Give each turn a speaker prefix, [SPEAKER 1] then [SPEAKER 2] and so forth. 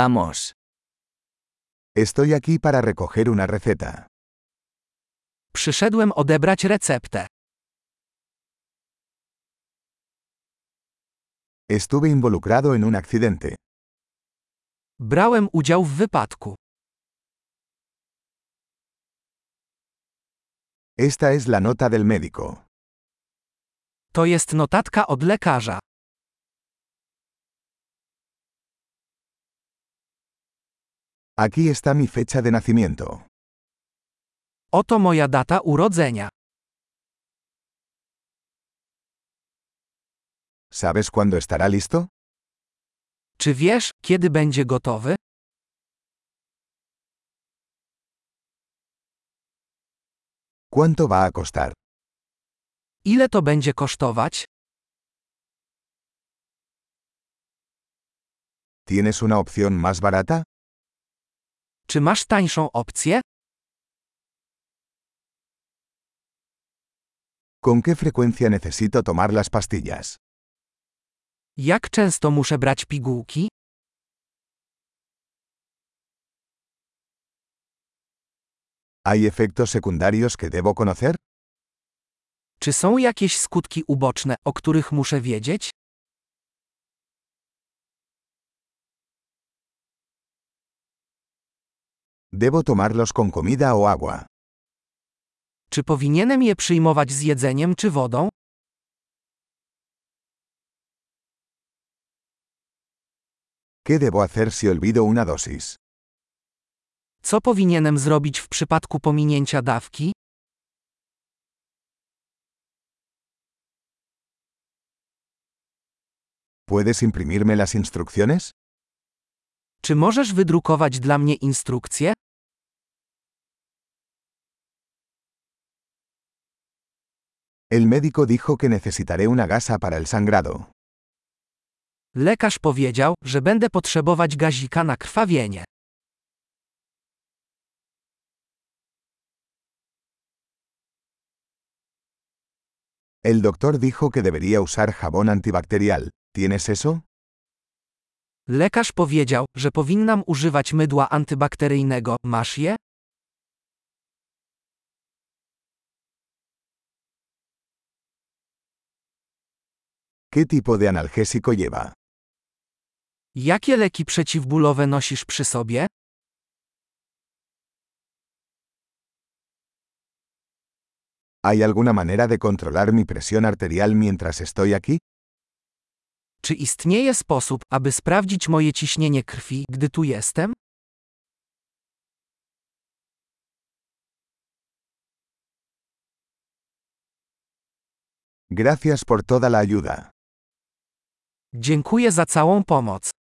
[SPEAKER 1] Vamos.
[SPEAKER 2] Estoy aquí para recoger una receta.
[SPEAKER 1] Przyszedłem odebrać receptę.
[SPEAKER 2] Estuve involucrado en un accidente.
[SPEAKER 1] Brałem udział w wypadku.
[SPEAKER 2] Esta es la nota del médico.
[SPEAKER 1] To jest notatka od lekarza.
[SPEAKER 2] Aquí está mi fecha de nacimiento.
[SPEAKER 1] Oto moja data urodzenia.
[SPEAKER 2] ¿Sabes cuándo estará listo?
[SPEAKER 1] Czy wiesz, kiedy będzie gotowy?
[SPEAKER 2] ¿Cuánto va a costar?
[SPEAKER 1] Ile to będzie kosztować?
[SPEAKER 2] ¿Tienes una opción más barata?
[SPEAKER 1] Czy masz tańszą opcję?
[SPEAKER 2] ¿Con qué frecuencia necesito tomar las pastillas?
[SPEAKER 1] Jak często muszę brać pigułki?
[SPEAKER 2] ¿Hay efectos secundarios que debo conocer?
[SPEAKER 1] Czy są jakieś skutki uboczne, o których muszę wiedzieć?
[SPEAKER 2] ¿Debo tomarlos con comida o agua?
[SPEAKER 1] Czy powinienem je przyjmować z jedzeniem czy wodą?
[SPEAKER 2] ¿Qué debo hacer si olvido una dosis?
[SPEAKER 1] Co powinienem zrobić w przypadku pominięcia dawki?
[SPEAKER 2] ¿Puedes imprimirme las instrucciones?
[SPEAKER 1] Czy możesz wydrukować dla mnie instrukcję?
[SPEAKER 2] El médico dijo que necesitaré una gasa para el sangrado.
[SPEAKER 1] Lekarz powiedział, że będę potrzebować gazika na krwawienie.
[SPEAKER 2] El doctor dijo que debería usar jabón antibacterial. ¿Tienes eso?
[SPEAKER 1] Lekarz powiedział, że powinnam używać mydła antybakteryjnego. Masz je?
[SPEAKER 2] ¿Qué tipo de analgésico lleva?
[SPEAKER 1] Jakie leki przeciwbólowe nosisz przy sobie?
[SPEAKER 2] ¿Hay alguna manera de controlar mi presión arterial mientras estoy aquí?
[SPEAKER 1] Czy istnieje sposób, aby sprawdzić moje ciśnienie krwi, gdy tu jestem?
[SPEAKER 2] Gracias por toda la ayuda.
[SPEAKER 1] Dziękuję za całą pomoc.